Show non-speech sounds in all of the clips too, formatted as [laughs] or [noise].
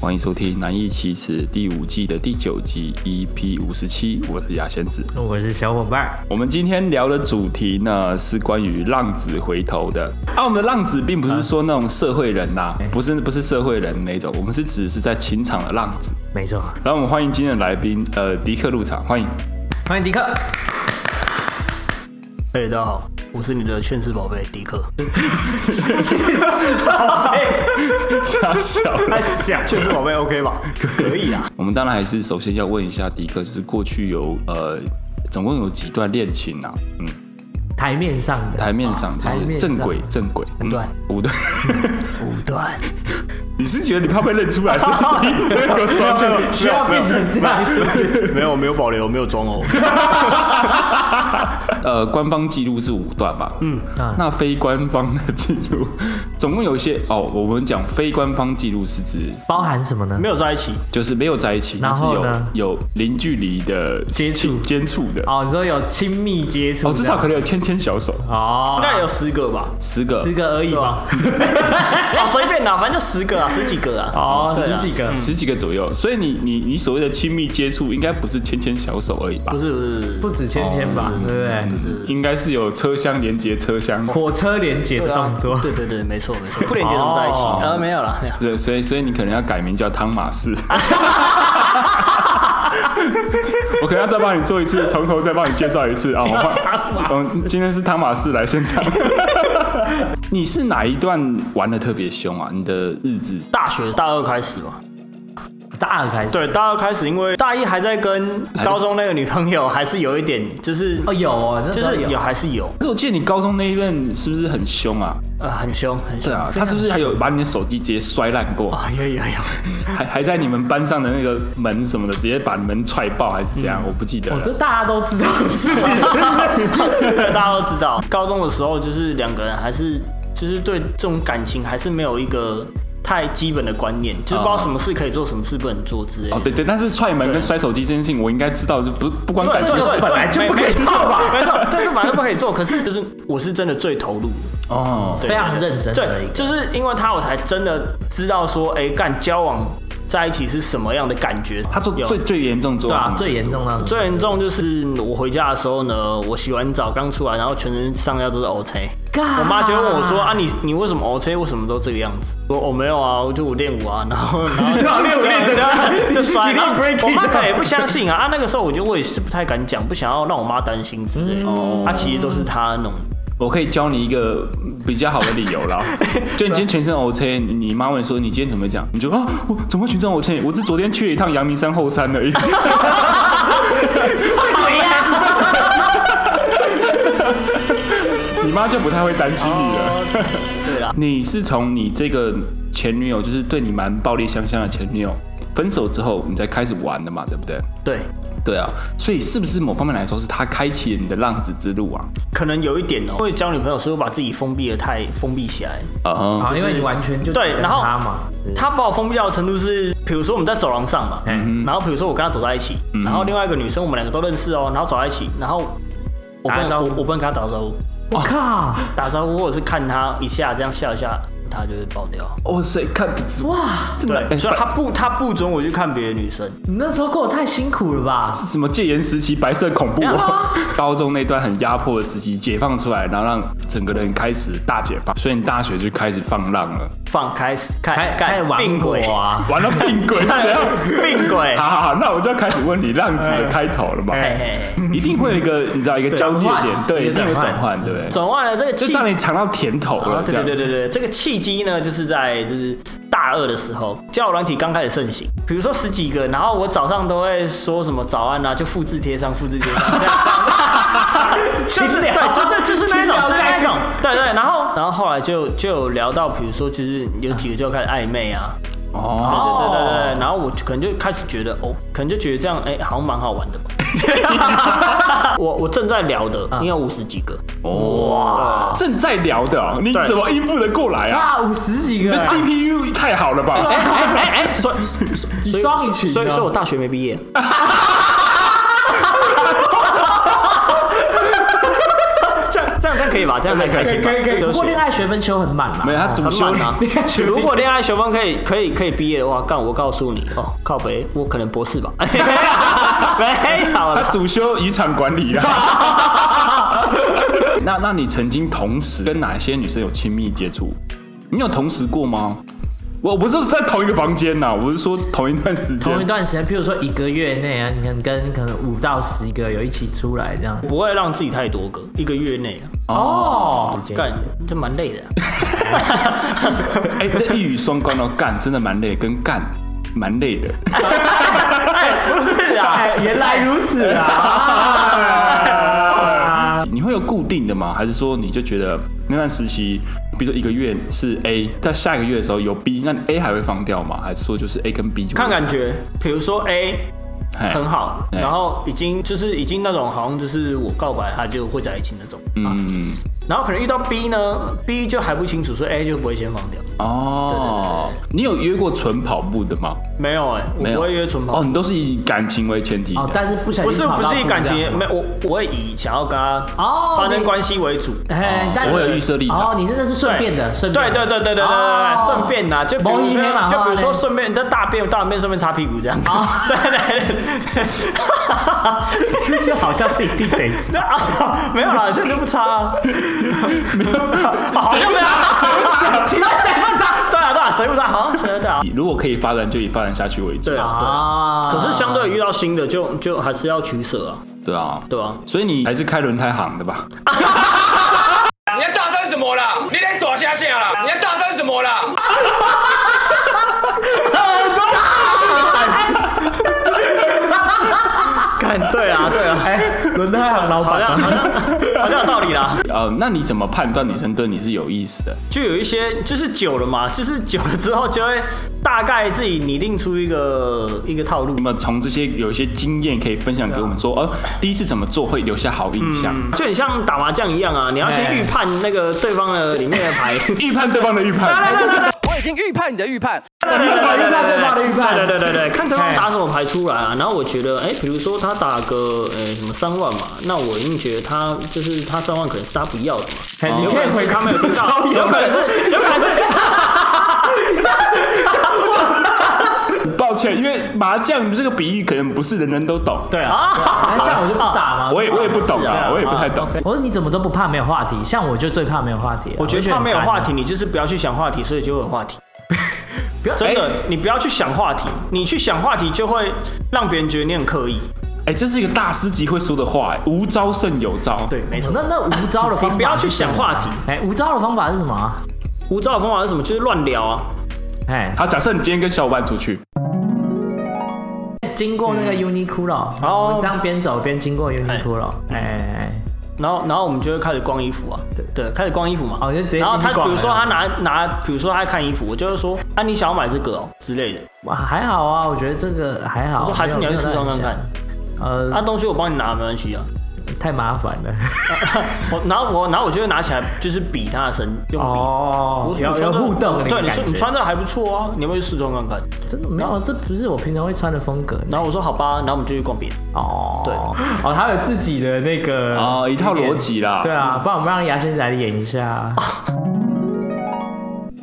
欢迎收听《难易启齿》第五季的第九集 EP 五十七，我是牙仙子。我是小伙伴儿，我们今天聊的主题呢是关于浪子回头的。啊，我们的浪子并不是说那种社会人呐、哎不是不是社会人那种，我们是指是在情场的浪子。没错，然后我们欢迎今天的来宾，呃，迪克入场，欢迎。欢迎迪克。哎、大家好，我是你的劝世宝贝迪克。傻笑了太想劝世宝贝 [laughs] OK 吧？可以啊。我们当然还是首先要问一下迪克，就是过去有呃，总共有几段恋情啊？嗯，台面上的台面上就台是面正上轨正轨五段嗯五段。 [laughs] 五段，你是觉得你怕被认出来是不 [laughs] 是？没有装的需要变成这样是不是？没有没有保留，没有装哦。呃，官方记录是五段吧？嗯，啊那非官方的记录 [laughs] 总共有一些哦。我们讲非官方记录是指包含什么呢？没有在 [laughs] 一起，就是没有在一起，然但是后有呢有零距离的接触接触的哦，你说有亲密接触哦，的，至少可能有牵牵小手，哦大，概有十个吧，十个十个而已嘛，啊，随便啦，反正就十个啊，十几个啊。哎哦，对十啊几个，十几个左右，所以你你你所谓的亲密接触，应该不是牵牵小手而已吧不？是不是不不止芊芊哦吧，对不对？应该是有车厢连接车厢，火车连接的对啊动作，对对对，没错没错，不连接怎么在一起哦？呃，没有啦，没有对，所以所以你可能要改名叫汤马 [laughs] 士。我可能要再帮你做一次，从头再帮你介绍一次啊！我换，我们今天是汤马士来现 [laughs] 场。你是哪一段玩的特别凶啊？你的日子大学大二开始嘛，大二开始，对，大二开始，因为大一还在跟高中那个女朋友，还是有一点，就是哦，有哦，那就时候是有有，还是有，可是我记得你高中那一任是不是很凶啊？呃，很凶很凶对，啊，他哦是不是还有把你的手机直接摔烂过？啊，有有有。还还在你们班上的那个门什么的，直接把门踹爆还是怎嗯样？我不记得哦，了。这大家都知道的事情， [laughs] 对， [laughs] 大家都知道，高中的时候就是两个人还是就是对这种感情还是没有一个太基本的观念，就是不知道什么事可以做，什么事不能做之类的。哦，对对，但是踹门跟摔手机这件事情，我应该知道，就不不光感对觉对这个对，哦本来就不可以没做吧没错，没错这个本来就不可以做。可是就是我是真的最投入的，哦，对非常认真对的一，个，就是因为他我才真的知道说，哎，干交往在一起是什么样的感觉。他做有最最严重做对到什啊么，最严重那种，最严重就是我回家的时候呢，我洗完澡刚出来，然后全身上下都是 O C。尬我妈就问我说啊，你你为什么 O C 为什么都这个样子？我我、哦没有啊，我就我练舞啊，然后然后最好练舞练这个， [laughs] 就摔你了练。breaking 我妈可能也不相信啊，啊那个时候我就我也是不太敢讲，不想要让我妈担心之类的。哦啊，其实都是她弄的。我可以教你一个比较好的理由 [laughs] 啦。就你今天全身 O C，你妈问你说你今天怎么讲，你就啊，我怎么会全身 O C？我只昨天去了一趟阳明山后山而已。 [laughs] 你妈就不太会担心你哦了。 [laughs] 对啊啦，你是从你这个前女友，就是对你蛮暴力相向的前女友分手之后，你才开始玩的嘛，对不对？对，对啊，所以是不是某方面来说是他开启了你的浪子之路啊？可能有一点哦、会交女朋友，所以我把自己封闭的太封闭起来。啊、哼啊，因为你完全就对只跟然后他嘛，对她把我封闭到的程度是，比如说我们在走廊上嘛，哎然后比如说我跟她走在一起，嗯然后另外一个女生我们两个都认识哦，然后走在一起，然后我不打招能呼我我不能跟她打招呼，我靠，打招呼或者是看她一下这样笑一下，她就会爆掉。哇塞，哦看哇，真的，对，所以哎她不她不准我去看别的女生，你那时候过得太辛苦了吧？什么戒严时期白色恐怖、啊， [laughs] 高中那段很压迫的时期解放出来，然后让整个人开始大解放，所以你大学就开始放浪了，放开始开看开始干玩病鬼我， [laughs] 啊！玩到病鬼谁要？ [laughs] 病鬼 [laughs] 好，好好，那我就要开始问你浪子的开头了嘛，嘿嘿嘿一定会有一个你知道一个交界点，转换对，一定会一个转转换，对不对？转换了这个就气让你尝到甜头啊了，，对这样对对对对，这个契机呢，就是在就是大二的时候，交友软体刚开始盛行，比如说十几个，然后我早上都会说什么早安啊，就复制贴上，复制贴上，这样 [laughs] 就是对，就就就是那一 [laughs] 种，就是那一种，对对，然后然后后来就就有聊到，比如说就是有几个就开始暧昧啊，哦，对对哦对对，然后我就可能就开始觉得，哦，可能就觉得这样，哎、好像蛮好玩的吧。 [laughs] 我我正在聊的，嗯应该五十几个，哇，正在聊的哦，你怎么应付得过来啊？哇，五十几你个的，CPU 太好了吧？哎哎哎哎，所以所以所以双引擎啊所以所以我大学没 [laughs] 毕业， [laughs] 这样这样这样可以吧？这样还开可心以吧可以可以。科不学过恋爱学分修很满啦，没有他主很修。满啊 [laughs] 如果恋爱学分可以可以可以毕业的话，干我告诉你哦，靠北，我可能博 [laughs] 士吧，没有 [laughs] 他了。主修遗产管理啊。 [laughs] 那那你曾经同时跟哪些女生有亲密接触？你有同时过吗？我不是在同一个房间呐，我是说同一段时间。同一段时间，譬如说一个月内啊，你看跟可能五到十个有一起出来这样。不会让自己太多个，一个月内啊，哦， [laughs] 干这蛮累的啊、 [laughs] 哎、这一语双关哦，干真的蛮累，跟干蛮累的。 [laughs] 哎，不是啊，哎，原来如此 [laughs] 啊！ [laughs] 你会有固定的吗？还是说你就觉得那段时期，比如说一个月是 A，在下个月的时候有 B，那你 A 还会放掉吗？还是说就是 A 跟 B 就看感觉，比如说 A 哎很好，哎然后已经就是已经那种好像就是我告白他就会在一起那种，啊嗯然后可能遇到 B 呢，B 就还不清楚，所以 A 就不会先放掉。哦，你有约过纯跑步的吗？没有哎、我不会约纯跑哦，，你都是以感情为前提的。哦，但是不小心不是跑不到是以感情，附没上有我我会以想要跟他哦发生你关系为主。哎，但哦我有预设立场哦，你真的是顺便的，顺对便的对对对对对哦对，顺便啊呐，就比摸如一黑嘛就比摸如说一黑顺便，那大便大完便顺便擦屁股这样。啊， [laughs] 对对对， [laughs] 就好像自己定得那啊没有啦，现在就不擦啊，好像没有啊，请问谁问他？对啊对啊，谁不擦？好像谁对啊，如果可以发展，就以发展下去为主。对啊对啊。啊可是相对遇到新的，就就还是要取舍啊，对啊，对啊。所以你还是开轮胎行的吧？你在大声什么啦？你在躲下线啦？你在大声什么啦？干对啊对啊，哎，轮胎行老好像好 [laughs] 像好像有道理啦。呃，那你怎么判断女生对你是有意思的？就有一些就是久了嘛，就是久了之后就会大概自己拟定出一个一个套路有。没有从这些有一些经验可以分享给我们说？啊呃，第一次怎么做会留下好印象？就很像打麻将一样啊，你要先预判那个对方的里面的牌。预判对方的预判，我已经预判你的预判，预判对方的预判对对对对，看对方打什么牌出来啊。然后我觉得，哎，比如说他打个呃什么三万嘛，那我一定觉得他就是他三万可能是他不要的嘛。哎你有可可以能回是他没有听到，有可能是有可能是。抱歉，因为麻将这个比喻可能不是人人都懂，对啊，哎像我就不打嘛，我也我也不懂是啊，啊我也不太懂。我说你怎么都不怕没有话题，像我就最怕没有话题啊。我觉得很他没有干啊话题，，你就是不要去想话题，所以就会有话题。不要真哎的，你不要去想话题，你去想话题就会让别人觉得你很刻意。哎，这是一个大师级会说的话，哎无招胜有招。对，没错。哎那哦那无招的方法，你不要去想话题。哎，无招的方法是什么啊？无招的方法是什么？就是乱聊啊。哎，好，假设你今天跟小伙伴出去，经过那个 Uniqlo，嗯哦我们这样边走边经过 Uniqlo，哎哎，哎然后，然后我们就会开始逛衣服啊，对对，开始逛衣服嘛。哦就直接然后他进去逛比如说了他拿拿，比如说他看衣服，我就会说，啊，你想要买这个哦之类的。哇，还好啊，我觉得这个还好。我说还是你要去试穿看看，呃，啊，东西我帮你拿没关系啊。 [laughs] 太麻烦了。哎我然后我然后我就会拿起来就是比他的身，用比。哦我，说有你穿有这互动的那个对，你感说觉你穿这还不错啊，你要不要去试穿看看？真的没有，这不是我平常会穿的风格。然后我说好吧，然后我们就去逛别的。哦，对哦，他有自己的那个哦，一套逻。辑啦。对啊，不然我们让牙仙仔来演一下。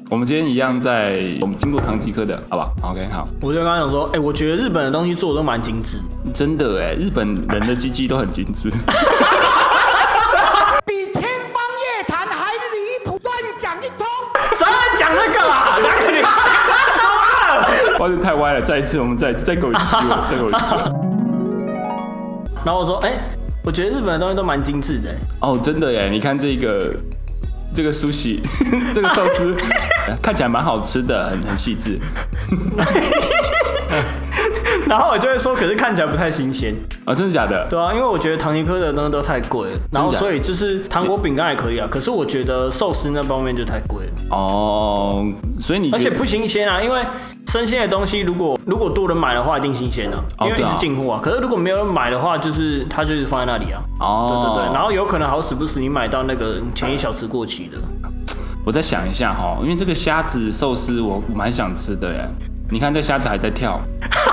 我们今天一样在我们经过唐吉诃德，好吧？OK，好，我就跟他讲说，哎、我觉得日本的东西做的都蛮精致。真的哎，日本人的鸡鸡都很精 [laughs] 致。比天方夜谭还离谱，乱讲一通。谁在讲这个啊？哪个你？哇，这太歪了！再一次，我们再一次，再给我一次机会， [laughs] 再给我一次。然后我说，哎、我觉得日本的东西都蛮精致的、欸哦，真的耶！你看这个，这个苏喜， [laughs] 这个寿 [laughs] 司，看起来蛮好吃的，很很细致。然后我就会说，可是看起来不太新鲜。啊、真的假的？对啊，因为我觉得唐吉诃德那个都太贵了，然后啊所以就是糖果饼干也可以啊，可是我觉得寿司那方面就太贵了，哦，所以你而觉且得不新鲜啊，因为。生鲜的东西，如果如果多人买的话，一定新鲜的、哦因为一对啊直进货啊。可是如果没有人买的话，就是它就是放在那里啊。哦，对对对，然后有可能好死不死你买到那个前一小时过期的，我再想一下哈，因为这个虾子寿司我我蛮想吃的耶。你看这虾子还在跳。 [laughs]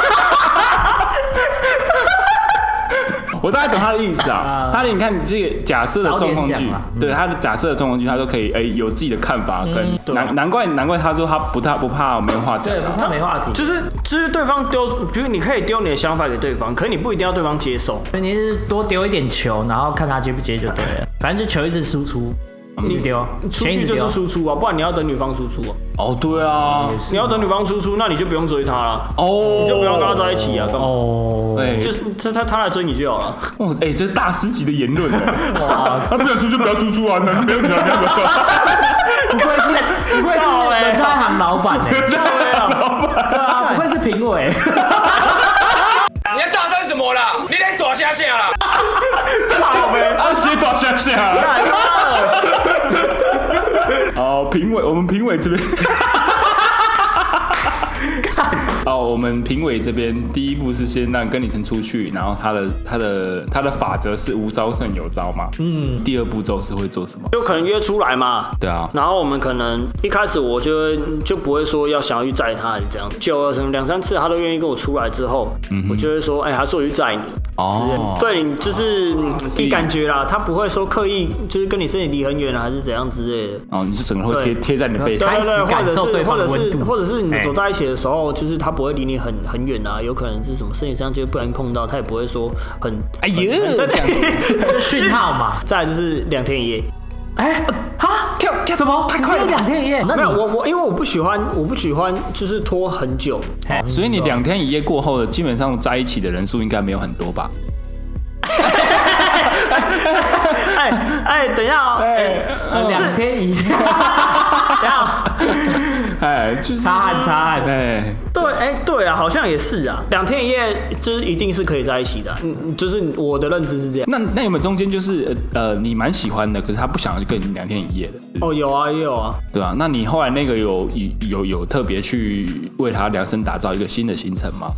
我大概懂他的意思啊啊。他的你看你这个假设的状况早点剧讲嘛，对他的假设的状况剧，他都可以哎有自己的看法跟对难难怪难怪他说他不太不怕没话讲对，，不怕没话题。就是就是对方丢，比如你可以丢你的想法给对方，可你不一定要对方接受。所以你是多丢一点球，然后看他接不接就对了。反正就球一直输出，一直丢，出钱一去直就丢是输出啊，不然你要等女方输出啊。哦对啊，你要等女方输出，那你就不用追她了，哦，你就不要跟她在一起啊，干嘛？哦，对，就是她她她来追你就好了。哇，哎、这是大师级的言论哇！他不想输就不要输出啊，那没有没有没有没不愧是不愧是到欸轮胎行老板哎，对啊，不愧是评委，你在大声什么啦？你在大声啥啦？ [laughs] 有，啊，先倒下下。哦，评委，我们评委这 [laughs] 边。哦，我们评委这边第一步是先让跟你晨出去，然后他的他的他的法则是无招胜有招嘛。嗯。第二步骤是会做什么？就可能约出来嘛。对啊，然后我们可能一开始我就会就不会说要想要去载她，还是这样。久了什么两三次，她都愿意跟我出来之后，我就会说，哎、还是我去载你。之类哦的，对你就是嗯自己感觉啦，她不会说刻意就是跟你身体离很远啊，还是怎样之类的。哦，你就整个会贴对贴在你的背对上。开始对对，或感者受是对或方的者温是度或者是你们哎走在一起的时候，就是他不会离你很很远啊，有可能是什么身体上就会不小心碰到，他也不会说很哎呀， [laughs] 对对。就讯号嘛。再来就是两天一夜，哎，啊，跳跳什么？太快了，两天一夜。那没有你我我因为我不喜欢我不喜欢就是拖很久，哎所以你两天一夜过后的，基本上在一起的人数应该没有很多吧？哎哎，等一下哦，哎，呃两天 [laughs] 一夜，等一下哦，哎，就是擦汗擦汗。哎，对哎对啊，好像也是啊，两天一夜就是一定是可以在一起的，嗯，嗯就是我的认知是这样。那那有没有中间就是呃呃，你蛮喜欢的，可是他不想跟你两天一夜的，哦，有啊也有啊，对吧、那你后来那个有有有有特别去为他量身打造一个新的行程吗？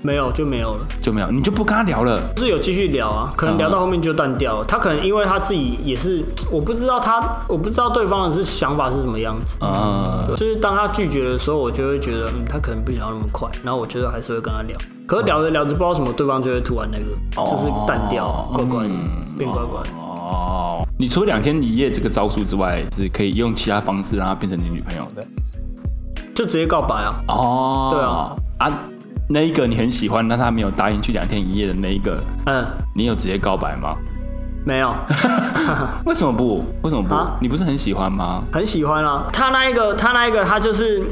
没有就没有了。就没有，你就不跟他聊了。就是有继续聊啊，可能聊到后面就断掉了。他可能因为他自己也是，我不知道他，我不知道对方的是想法是什么样子。呃，就是当他拒绝的时候，我就会觉得，嗯，他可能不想要那么快。然后我觉得还是会跟他聊，可是聊着聊着，不知道为什么，对方就会突然那个，就是淡掉，怪怪的，变怪怪的。哦，你除了两天一夜这个招数之外，是可以用其他方式让她变成你女朋友的。就直接告白啊。哦，对啊，啊，那一个你很喜欢，但他没有答应去两天一夜的那一个，嗯，你有直接告白吗？没有，为什么不？为什么不？啊你不是很喜欢吗？很喜欢啊。他那一个，他那一个，他就是。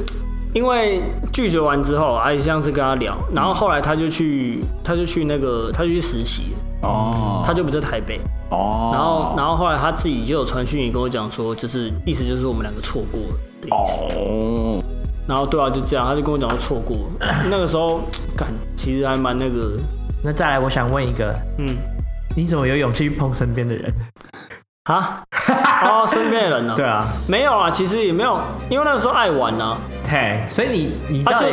因为拒绝完之后，哎，像是跟他聊，然后后来他就去，他就去那个，他就去实习，哦，他就不在台北，哦，然后，然后后来他自己就有传讯也跟我讲说，就是意思就是我们两个错过了的意思。哦，然后对啊，就这样，他就跟我讲说错过了。那个时候，感其实还蛮那个，那再来，我想问一个，嗯，你怎么有勇气去碰身边的人？啊，哦，身边的人 [laughs] 呢、对，啊，没有啊，其实也没有，因为那个时候爱玩啊，嘿，所以你你啊到底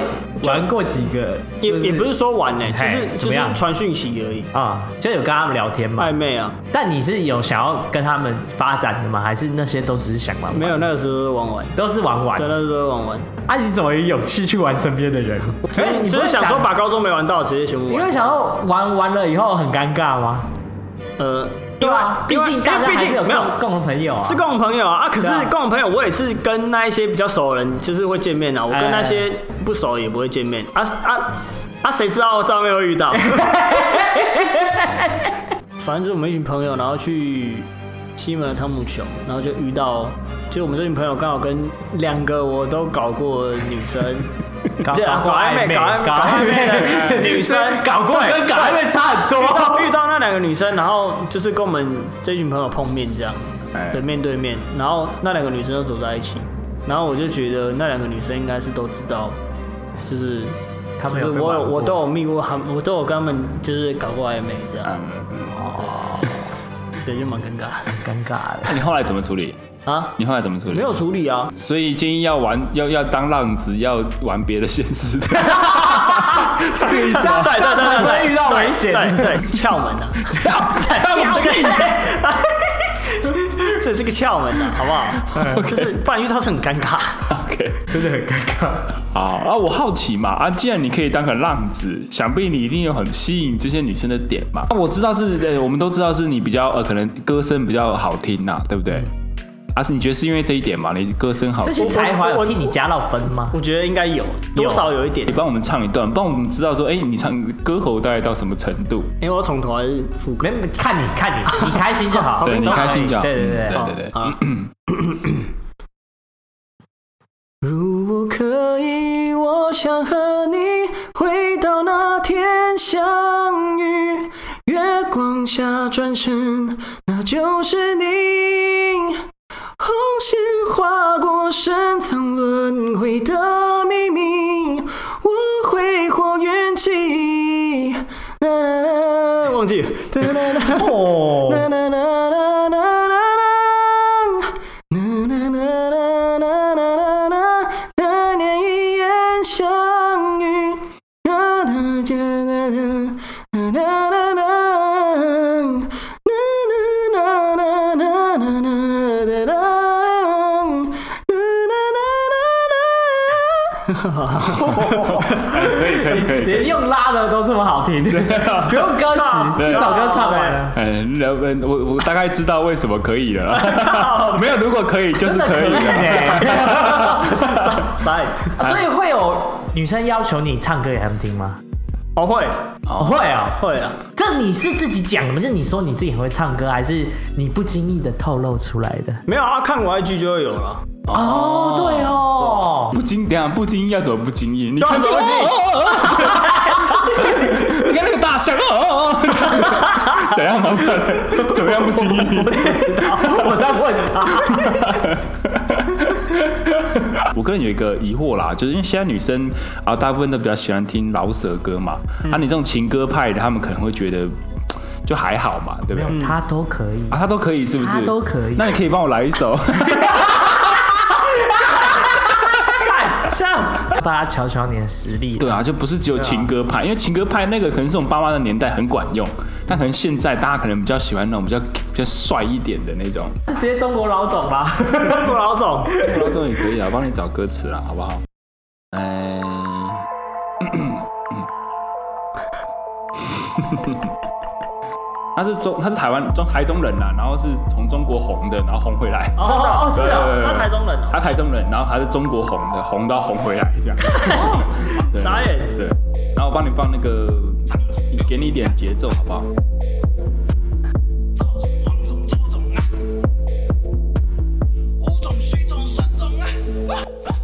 就玩过几个？也就也不是说玩呢、嘿就是怎就么是样传讯息而已，啊，就有跟他们聊天嘛暧。昧啊，但你是有想要跟他们发展的吗？还是那些都只是想玩玩？没有，那个时候玩玩。都是玩玩嗯对，。那个时候玩玩，啊，你怎么有勇气去玩身边的人？ [laughs] 就哎是你就不会是想说把高中没玩到直接全部你玩会。想要玩完了以后很尴尬吗？呃，对啊，毕因为竟大因家为毕还是有竟没有共共同朋友啊。是共同朋友啊啊！可是对啊共同朋友，我也是跟那一些比较熟的人，就是会见面啊。我哎跟那些不熟也不会见面啊啊啊！谁知道在外面会遇 [laughs] 到？反正就是我们一群朋友，然后去西门的汤姆熊，然后就遇到，就我们这群朋友刚好跟两个我都搞过的女生，搞对啊搞过暧昧，搞暧昧搞搞暧昧暧昧 [laughs] 的女生搞过对跟搞暧昧差很遇多。 [laughs] 到遇到那两个女生，然后就是跟我们这群朋友碰面这样。哎对，面对面，然后那两个女生都走在一起，然后我就觉得那两个女生应该是都知道，就是他就们是有被我有玩我过都有密过他们，我都有跟他们就是搞过暧昧这样，对，就蛮尴尬尴尬了。那你后来怎么处理？啊，你后来怎么处理？没有，处理啊，所以建议要玩，要要当浪子，要玩别的现 [laughs] 实的，是这个意思吗？对对对对，会遇到危险对对，窍门啊，这样这样这个这是个窍门啊，好不好？就是不然遇到是很尴尬。 OK，真的很尴尬。好啊，我好奇嘛啊，既然你可以当个浪子，想必你一定有很吸引这些女生的点嘛。那我知道是，呃，我们都知道是你比较呃，可能歌声比较好听呐、对不对？啊，是你觉得是因为这一点嘛？你歌声好嗯这听，些才华有替你加到分吗？我觉得应该有多少有一点你，帮我们唱一段，帮我们知道说，哎，你唱歌喉大概到什么程度？因为哎我从头还是副歌没。没看你看你，你开心就 [laughs] 好。对你开心就好。哦对对对嗯哦对对对对。啊如果可以，我想和你回到那天相遇，月光下转身，那就是你。红线划过深藏轮回的秘密，我挥霍运气。啦啦啦，忘记了。哒啦啦啦哦啦啦啦啦啦啦啦。啦啦啦啦啦啦啦啦，那年一眼相遇，啦啦啦啦啦啦啦啦。哦可以可以可以。可以 [laughs] 连用拉的都这么好听，不用歌词，对一首歌唱完了，嗯，然后我我大概知道为什么可以 [laughs] 了。没有，如果可以 [laughs] 就是真的可以了。[laughs] [laughs] 耶啥？所以会有女生要求你唱歌给他们听吗？我会哦，会啊，会啊，这你是自己讲的吗？就你说你自己很会唱歌，还是你不经意的透露出来的？没有啊，看我 IG 就会有了。哦，对哦，不经，等一下不经意要怎么不经意？你看这个，对啊哦哦 [laughs] 哦哦哦你看那个大象，哦哦哦， [laughs] 怎样麻烦？怎么样不经意？我在问他，我个人有一个疑惑啦，就是因为现在女生啊，大部分都比较喜欢听饶舌歌嘛，啊，你这种情歌派的，他们可能会觉得就还好嘛，对不对？他都可以啊，，他都可以，是不是？他都可以那你可以帮我来一首。啊大家瞧瞧你的实力。对啊，就不是只有情歌派，因为情歌派那个可能是我们爸妈的年代很管用，但可能现在大家可能比较喜欢那种比较比较帅一点的那种。是直接中国老总 [laughs] 吧？中国老总，高中也可以啊，我帮你找歌词啦，好不嗯好？哎、嗯 [laughs] 他是中，他是台湾中台中人啦、然后是从中国红的，然后红回来。哦哦是啊，对他台中人哦，他台中人，然后他是中国红的，红到红回来这 [laughs] 样。对傻哎眼。对，然后我帮你放那个，给你一点节奏好不好？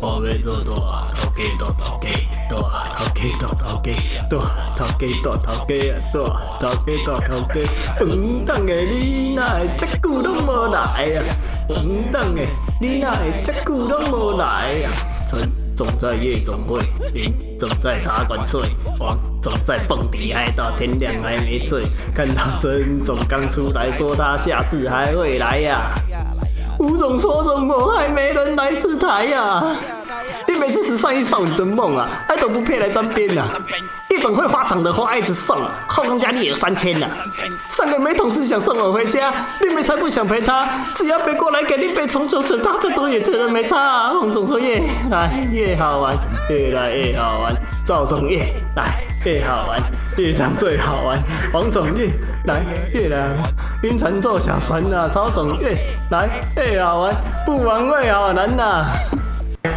我要做大头家，大头家，大头家，大头家，大头家，大头家，大头家，大头家。黄蛋的你哪会这久拢无来啊？黄蛋的你哪会这久拢无来啊？陈总在夜总会，林总在茶馆睡，王总在蹦迪嗨到天亮还没醉。看到曾总刚出来说他下次还会来呀、吴总说什么还没人来试台呀、你每次只上一场你的梦啊，爱总不配来沾边呐、夜总会花场的花一直送，后宫佳丽有三千呐、啊上个没同事想送我回家，你们才不想陪他，只要别过来给你被重球水，他再多也觉得没差、啊。洪总说越来越好玩，越来越好玩，赵总越来越好玩，越长最好玩，王总越来越来越好玩，晕船坐小船呐、啊，曹总越来越好玩，不玩会好难呐、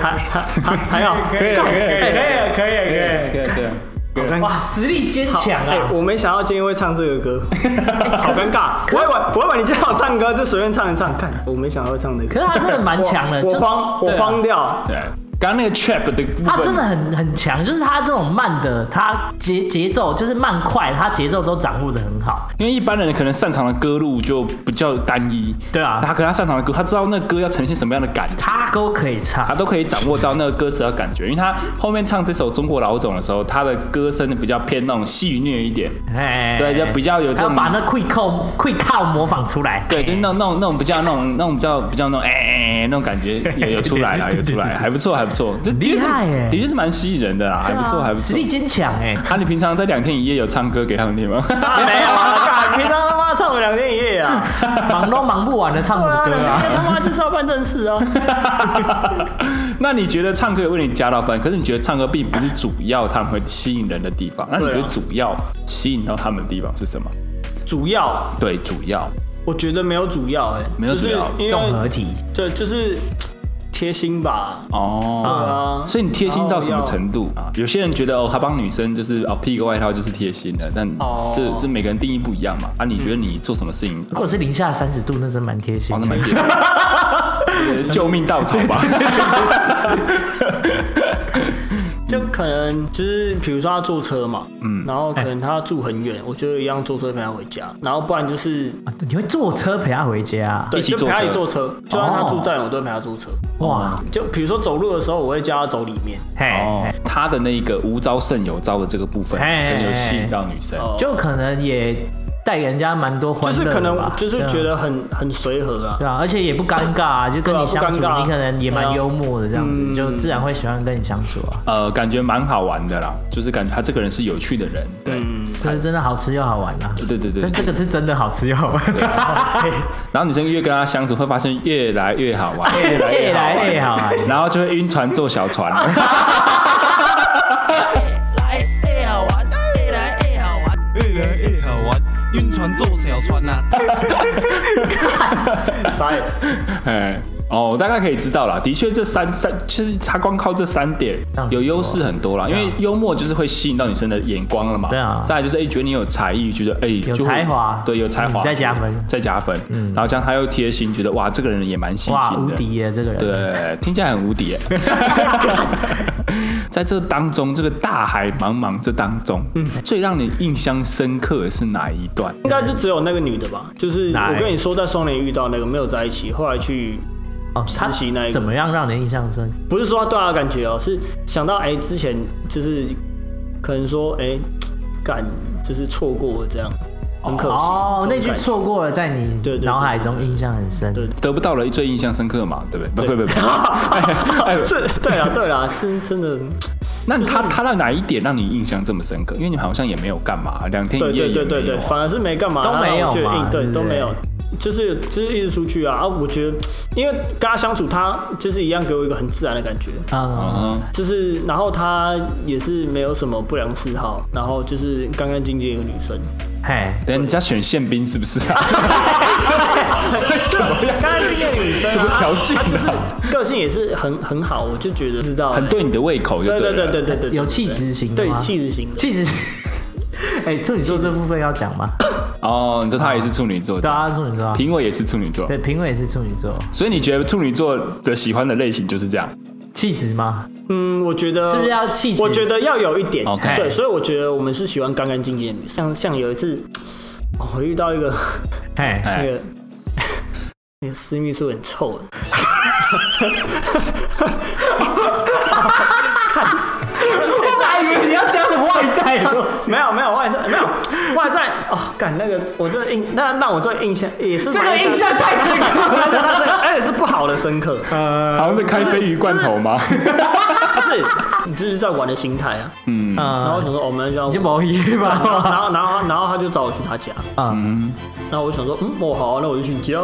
还还还还好，可以了可以了可以了以可以了可以了。对对。哇，实力坚强哎、啊！我没想到今天会唱这 [laughs] 个歌，好尴尬。不会玩，不会玩，你叫我唱歌就随便唱一唱。看，我没想到会唱这个。可是他真的蛮强的，我就我慌，我对啊慌掉。对，刚刚那个 trap 的部分，他真的很很强，就是他这种慢的，他节节奏就是慢快，他节奏都掌握的很好。因为一般人可能擅长的歌路就比较单一，对啊他可他擅长的歌，他知道那个歌要呈现什么样的感觉，他都可以他唱，都可以掌握到那个歌词的感觉。因为他后面唱这首《中国老总》的时候，他的歌声比较偏那种戏谑一点，哎，对就比较有这他种把那 quick call quick call 模仿出来，哎对，就是那种那种那种比较那种那种比较比较那种哎、哎哎那种感觉也有出来了，有出来，还不错，还不错，这的确是厉害耶的确是蛮吸引人的啦，还不错，还不实错力。坚强哎。啊，你平常在两天一夜有唱歌给他们听吗？啊，没有啊，干平常他妈唱了两天一夜啊。忙都忙不完了，唱什么歌两啊？天一夜他妈就是要办正事啊。 [laughs] 那你觉得唱歌有为你加到分，可是你觉得唱歌并不是主要他们会吸引人的地方，那你觉对得啊主要吸引到他们的地方是什么？主要对，主要我觉得没有主要、哎，没有主要就是因为综合体，对，就是贴心吧。对哦。啊，所以你贴心到什然么后要程度啊？有些人觉得哦，他帮女生就是哦披个外套就是贴心的，但哦嗯这这每个人定义不一样嘛。啊，你觉得你做什么事情如果是零下三十度，那真蛮贴心哦，的。那蛮贴 [laughs] 心救命稻草吧？就可能就是比如说他坐车嘛，嗯，然后可能他住很远，我就一样坐车陪他回家，然后不然就是啊你会坐车陪他回家啊？对，一起就陪他坐一车起坐车，就算他住站，我都会陪他坐车。哇，就比如说走路的时候，我会叫他走里面，嘿，哦嘿，他的那个无招胜有招的这个部分，哎真的有吸引到女生。哦就可能也带给人家蛮多就欢是乐可的能吧，就是对啊觉得很很随和啊。对啊，而且也不尴尬啊，就跟对啊你不相处，尴尬你可能也蛮对啊幽默的这样子，嗯就自然会喜欢跟你相处啊。呃，感觉蛮好玩的啦，就是感觉他这个人是有趣的人，对。嗯，所以真的好吃又好玩啊！对对对但这个是真的好吃又好玩，然后女生越跟他相处，会发现越来越好玩，越来越来越好玩。哦然后就会晕船坐小船。 [laughs] 来会好玩，会来会好玩，会来会好玩，晕船坐小船呐、啊。啥也？哎，哦，我大概可以知道啦。的确，这三三其实他光靠这三点这样很多有优势很多啦，因为对啊幽默就是会吸引到女生的眼光了嘛。对啊再来就是哎，觉得你有才艺，觉得哎有就会才华对，有才华嗯再加分嗯再加分。然后这样他又贴心，觉得哇，这个人也蛮细 [laughs] [laughs] 哇，心无的。敌耶！这个人，对，听起来很无敌耶。在这当中，这个大海茫茫这当中，嗯最让你印象深刻的是哪一段？应该就只有那个女的吧？就是哪一我跟你说，在双联遇到那个没有在一起，后来去哦，他实习那一个怎么样让你印象深刻？不是说对他的感觉哦，是想到哎、之前就是可能说哎，感、就是错过了这样，很可惜。哦，这那种句感觉错过了，在你对对对脑海中印象很深。对得不到了最印象深刻嘛，对不对？不 [laughs] 不不不，哎不这对啊对 [laughs] 啊，真真的，那他他到哪一点让你印象这么深刻？因为你们好像也没有干嘛，两天对一夜对也对对没有对，啊反而是没干嘛，都没有就嘛对对不都没有对，就是就是一直出去啊啊！我觉得，因为跟他相处，他就是一样给我一个很自然的感觉，嗯，嗯，就是然后他也是没有什么不良嗜好，然后就是干干净净一个女生，嘿，等一下你家选宪兵是不 [laughs] 是啊？为什么要干干净净的女生啊，什么条件她就是啊个性也是很很好，我就觉得知道很对你的胃口就对对对对了对对对，有气质型的对吗气质型的，气质。 [laughs] 哎，处女座这部分要讲吗？哦，你说他也是处女座，对啊，处女座啊。评委也是处女座，对，评委是处女座，所以你觉得处女座的喜欢的类型就是这样？气质吗？嗯，我觉得是不是要气质我觉得要有一点 OK 对，所以我觉得我们是喜欢干干净净的女生。像像有一次，哦我遇到一个嘿，哎 [laughs] 那个那个私密处很臭的，我还以为你要讲什么外在的东西。没有没有外在没有外在哦，干那个我这印那让我这个印象也是这个蛮印象太深刻了。 [laughs] 对，但是而且是不好的深刻，好像在开鲱鱼罐头吗？不啊是你就是在玩的心态啊。然后我 [laughs] 嗯，想说，哦我们要你就毛衣然吧。后然后然后他就找我去他家，嗯，然后我就想说，嗯，哦好啊、那我就去你家，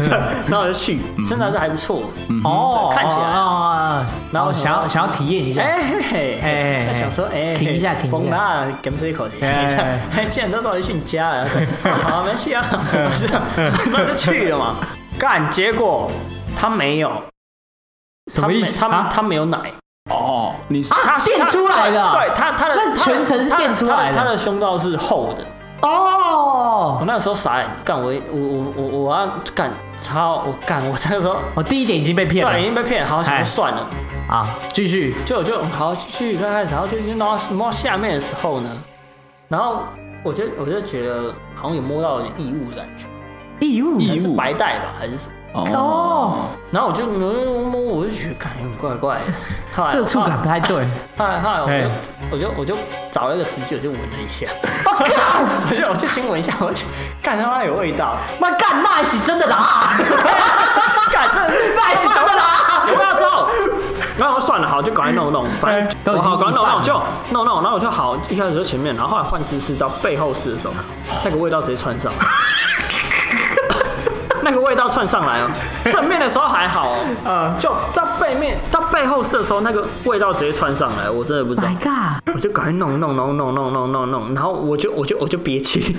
[laughs] 然后我就去，嗯身材是还不错，哦，看起来来，然后想要想要体验一下。哎嘿嘿，哎哎，想说哎，停一下停一下崩啦，干脆一口的，哎哎，既然都找你去你家了，然后说好，没事 [laughs] 啊，是啊，那就去了嘛。干，结果他没有，什他么没意思？他啊他没有奶，哦，你是他垫出来的对他他的那他的全程是他的垫出来的他的他的胸罩是厚的。我哦，那时候傻眼，干我我我我我要干超我干我那个时候。我第一点已经被骗对，已了经被骗，好，想哎说算了，啊！继续，就我就好去看看，然后就然后摸到下面的时候呢，然后我就我就觉得好像有摸到有点异物的感觉，义务还义是务白带吧，还是什么？哦，哦，然后我就摸摸，我就觉得感觉很怪怪的，后来这个触感不太 [laughs] 对。后来后来哎我就我就我就找了一个时机，我就闻了一下， [laughs] 我就我就先闻一下，我就干他妈有味道，妈干，那是真的啦， [laughs] 干这是那是真的啦。有没有中？然后算了，好，就赶快弄 [laughs] 弄，反正都已我经好，赶快弄一半了弄，就弄弄，然后我就好，一开始就前面，然后后来换姿势到背后式的时候，那个味道直接窜上， [laughs] 那个味道窜上来哦。正面的时候还好哦，就到背面到背后射的时候，那个味道直接窜上来，我真的不知道。 My God！我就赶快弄弄弄弄弄弄弄弄，然后我就我就我就憋气。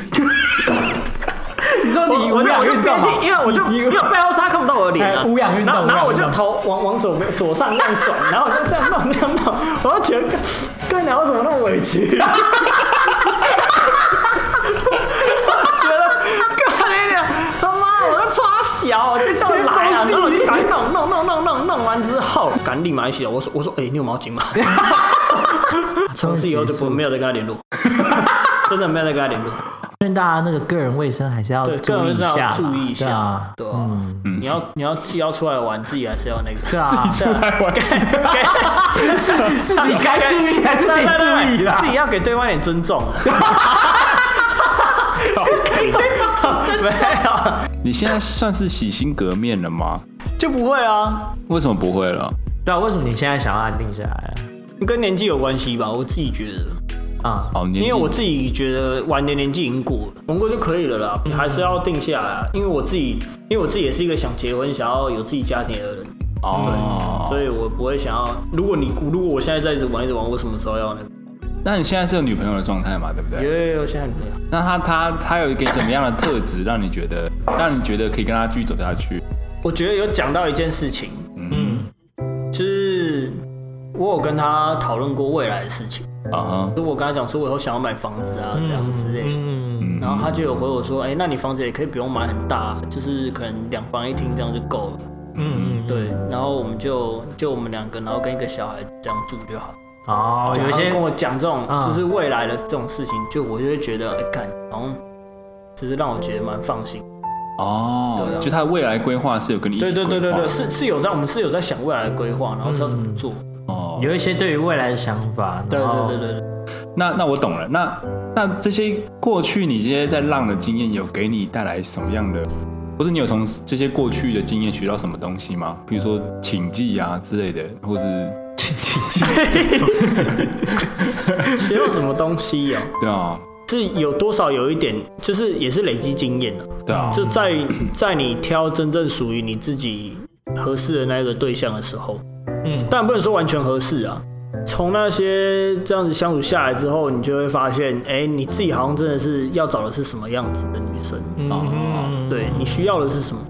你说我我就我就憋气，因为我就因为背后是他看不到我的脸啊哎。无氧运动然后然后我无就氧运动头往往左左上那样转，然后我就这样弄那样弄，我就觉得干娘为什么那么委屈？我觉得干你娘他妈我要抓小，这到底来啊！然后我就赶紧弄弄弄弄弄弄完之后，赶紧立马一洗。我说我说哎、你有毛巾吗？从此以后就不没有再跟他联络，真的没有再跟他联络。劝大家那个个人卫生还是要对，注个意一人是要下，注意一对下啊，对啊，你要你要自己要出来玩，自己还是要那个，对啊，出来玩，自己 [laughs] 自己该注意还是得注意啦自己要给对方一点尊重。啊 [laughs] [laughs] 没有，你现在算是洗心革面了吗？就不会啊，为什么不会了？对啊，为什么你现在想要安定下来跟年纪有关系吧，我自己觉得，啊？哦，年因纪为我自己觉得晚年年纪已经过了，玩过就可以了啦，嗯你还是要定下来啊，因为我自己，因为我自己也是一个想结婚、想要有自己家庭的人，哦，所以我不会想要，如果你如果我现在在一直玩一直玩，我什么时候要那个？那你现在是有女朋友的状态嘛？对不对？嗯有有有，现在女朋友。那她她她有一个怎么样的特质，让你觉得让你觉得可以跟她继续走下去？我觉得有讲到一件事情，嗯，就是我有跟他讨论过未来的事情，啊哈，就我跟他讲说我以后想要买房子啊这样之类的，嗯，然后他就有回我说，哎、那你房子也可以不用买很大，啊就是可能两房一厅这样就够了。嗯嗯，对，然后我们就就我们两个，然后跟一个小孩子这样住就好。哦，有一然后些跟我讲这种嗯就是未来的这种事情，就我就会觉得，哎、干，然后就是让我觉得蛮放心。哦，就她的未来规划是有跟你一起对对对对规划对，的是是有在我们是有在想未来的规划，然后是要怎么做。哦，有一些对于未来的想法，嗯对然后对对对对。那那我懂了。那那这些过去你这些在浪的经验，有给你带来什么样的，或者你有从这些过去的经验学到什么东西吗？比如说请记啊之类的，或是也有什么东西哦、对啊，是有多少有一点，就是也是累积经验的、对啊，就在在你挑真正属于你自己合适的那个对象的时候，嗯但不能说完全合适啊。从那些这样子相处下来之后，你就会发现，哎、你自己好像真的是要找的是什么样子的女生，嗯哦对你需要的是什么？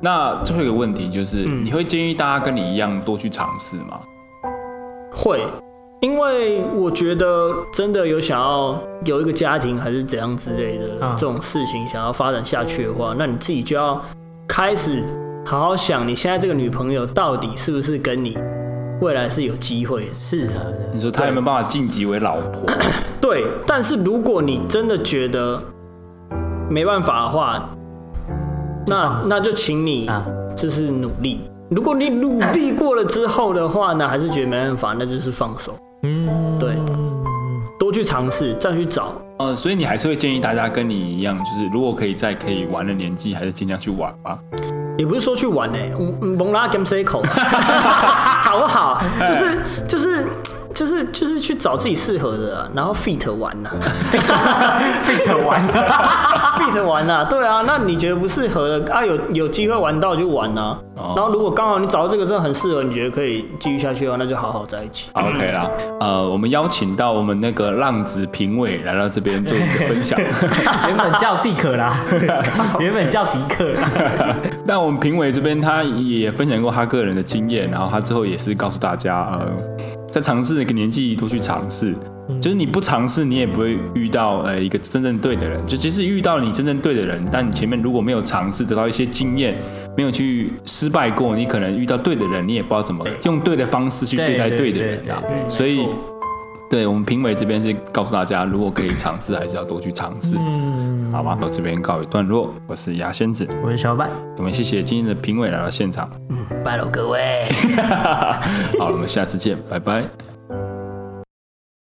那最后一个问题就是，你会建议大家跟你一样多去尝试吗？会，因为我觉得真的有想要有一个家庭还是怎样之类的、嗯这种事情想要发展下去的话，那你自己就要开始好好想，你现在这个女朋友到底是不是跟你未来是有机会的？适合的，你说他有没有办法晋级为老婆？对，但是如果你真的觉得没办法的话，那那就请你啊就是努力。如果你努力过了之后的话呢，还是觉得没办法，那就是放手。嗯，对，多去尝试，再去找。呃，所以你还是会建议大家跟你一样，就是如果可以在可以玩的年纪，还是尽量去玩吧。也不是说去玩呢、欸，嗯嗯蒙拉 game c 口，好不好？就是就是就是就是去找自己适合的啊、然后 fit 玩呐、 fit 完啊、，fit 玩呐、啊，对啊，那你觉得不适合的啊，有有机会玩到就玩呐、啊哦然后如果刚好你找到这个真的很适合，你觉得可以继续下去的话，那就好好在一起。好 OK 啦，呃，我们邀请到我们那个浪子评委来到这边做一个分享。嗯 [laughs] 原本叫迪克啦， [laughs] 原本叫迪克啦， [laughs] 那我们评委这边他也分享过他个人的经验，然后他之后也是告诉大家，呃，在尝试的一个年纪多去尝试，嗯就是你不尝试，你也不会遇到呃一个真正对的人。就即使遇到你真正对的人，但你前面如果没有尝试，得到一些经验，没有去失败过，你可能遇到对的人，你也不知道怎么用对的方式去对待对的人啊。对对对对所以没错。对我们评委这边是告诉大家，如果可以尝试，还是要多去尝试，嗯，好吧？到这边告一段落，我是牙仙子，我是小白，我们谢谢今天的评委来到现场。拜了各位。好了，我们下次见，拜拜。